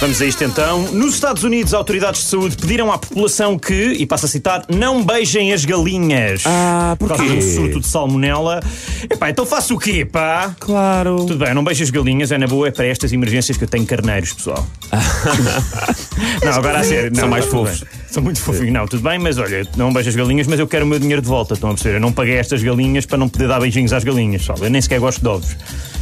Vamos a isto então. Nos Estados Unidos, autoridades de saúde pediram à população que, e passo a citar, não beijem as galinhas. Ah, Por causa porquê? de um surto de salmonela. Epá, então faço o quê, pá? Claro. Tudo bem, não beijo as galinhas, é na boa, é para estas emergências que eu tenho carneiros, pessoal. não, agora a sério. Não, São mais tudo fofos. bem. São muito fofinhos. Não, tudo bem, mas olha, não beijo as galinhas, mas eu quero o meu dinheiro de volta, estão a perceber? Eu não paguei estas galinhas para não poder dar beijinhos às galinhas, sabe? Eu nem sequer gosto de ovos.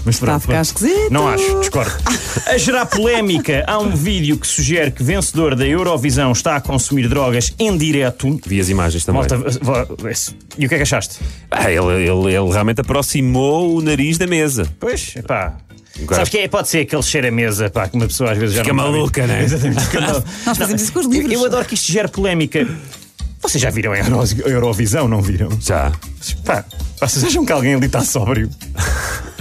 Mas Está a pronto, ficar pronto. esquisito. Não acho, discordo. A gerar polémica, há um vídeo que sugere que vencedor da Eurovisão está a consumir drogas em direto. Vi as imagens também. Malta, vá- vá- e o que é que achaste? Ah, ele, ele- ele realmente aproximou o nariz da mesa. Pois, pá. Agora- Sabes que é? Pode ser aquele cheiro a mesa, pá, que uma pessoa às vezes já Fica não sabe. maluca, né? Exatamente, fica maluca. Nós fazemos isso com os livros. Eu adoro que isto gere polémica. Vocês já viram a Euro- a Eurovisão, não viram? Já. Pá, vocês acham que alguém ali está sóbrio?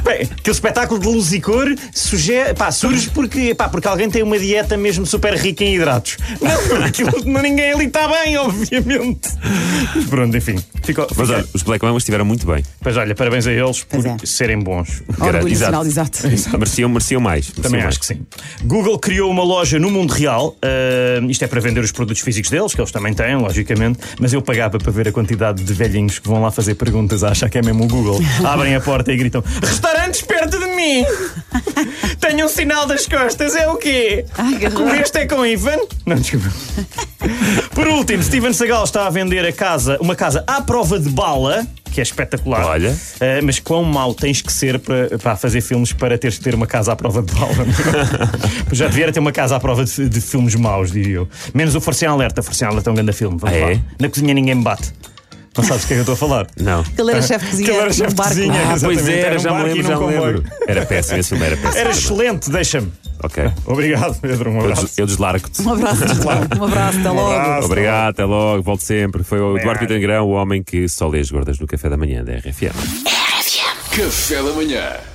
Bem, aquele espetáculo de luz e cor suge- pá, surge porque, pá, porque alguém tem uma dieta mesmo super rica em hidratos. Não, aquilo, não ninguém ali está bem, obviamente. Mas pronto, enfim. Ficou, Mas olha, os Black Mamas estiveram muito bem. Pois olha, parabéns a eles por Pois é. serem bons. Era- Orgulho exato. nacional, exato. Mereciam, mereciam mais. Também mereciam acho que sim. Google criou uma loja no mundo real. ah, isto é para vender os produtos físicos deles, que eles também têm, logicamente. Mas eu pagava para ver a quantidade de velhinhos que vão lá fazer perguntas a achar que é mesmo o Google. Abrem a porta e gritam: Restaurantes perto de mim! Tenho um sinal das costas, é o quê? Ai, que horror. Comeste é com Ivan? Não, desculpa. Por último, Steven Seagal está a vender a casa, uma casa à prova de bala. Que é espetacular. Olha. Ah, mas quão mau tens que ser para, para fazer filmes para teres de ter uma casa à prova de bala? é? Pois já devia ter uma casa à prova de, de filmes maus, diria eu. Menos o Força em Alerta. Força em Alerta é um grande filme. Vamos Ah, é? lá. Na cozinha ninguém me bate. Não sabes o que é que eu estou a falar? que Não. Ele era chefe de cozinha. Aquele era num chefe de barco. cozinha. Ah, pois Exatamente, era era, um já me barco e lembro, num já me comboio. lembro. Era péssimo, esse filme era péssimo. Era excelente, deixa-me. Ok. Obrigado, Pedro. Um Eu, abraço. des- eu deslargo-te. Um abraço, um abraço, até logo. abraço. Obrigado, até logo, volto sempre. Foi o Eduardo Pita Negrão, o homem que só lê as gordas no café da manhã da RFM. Café da Manhã.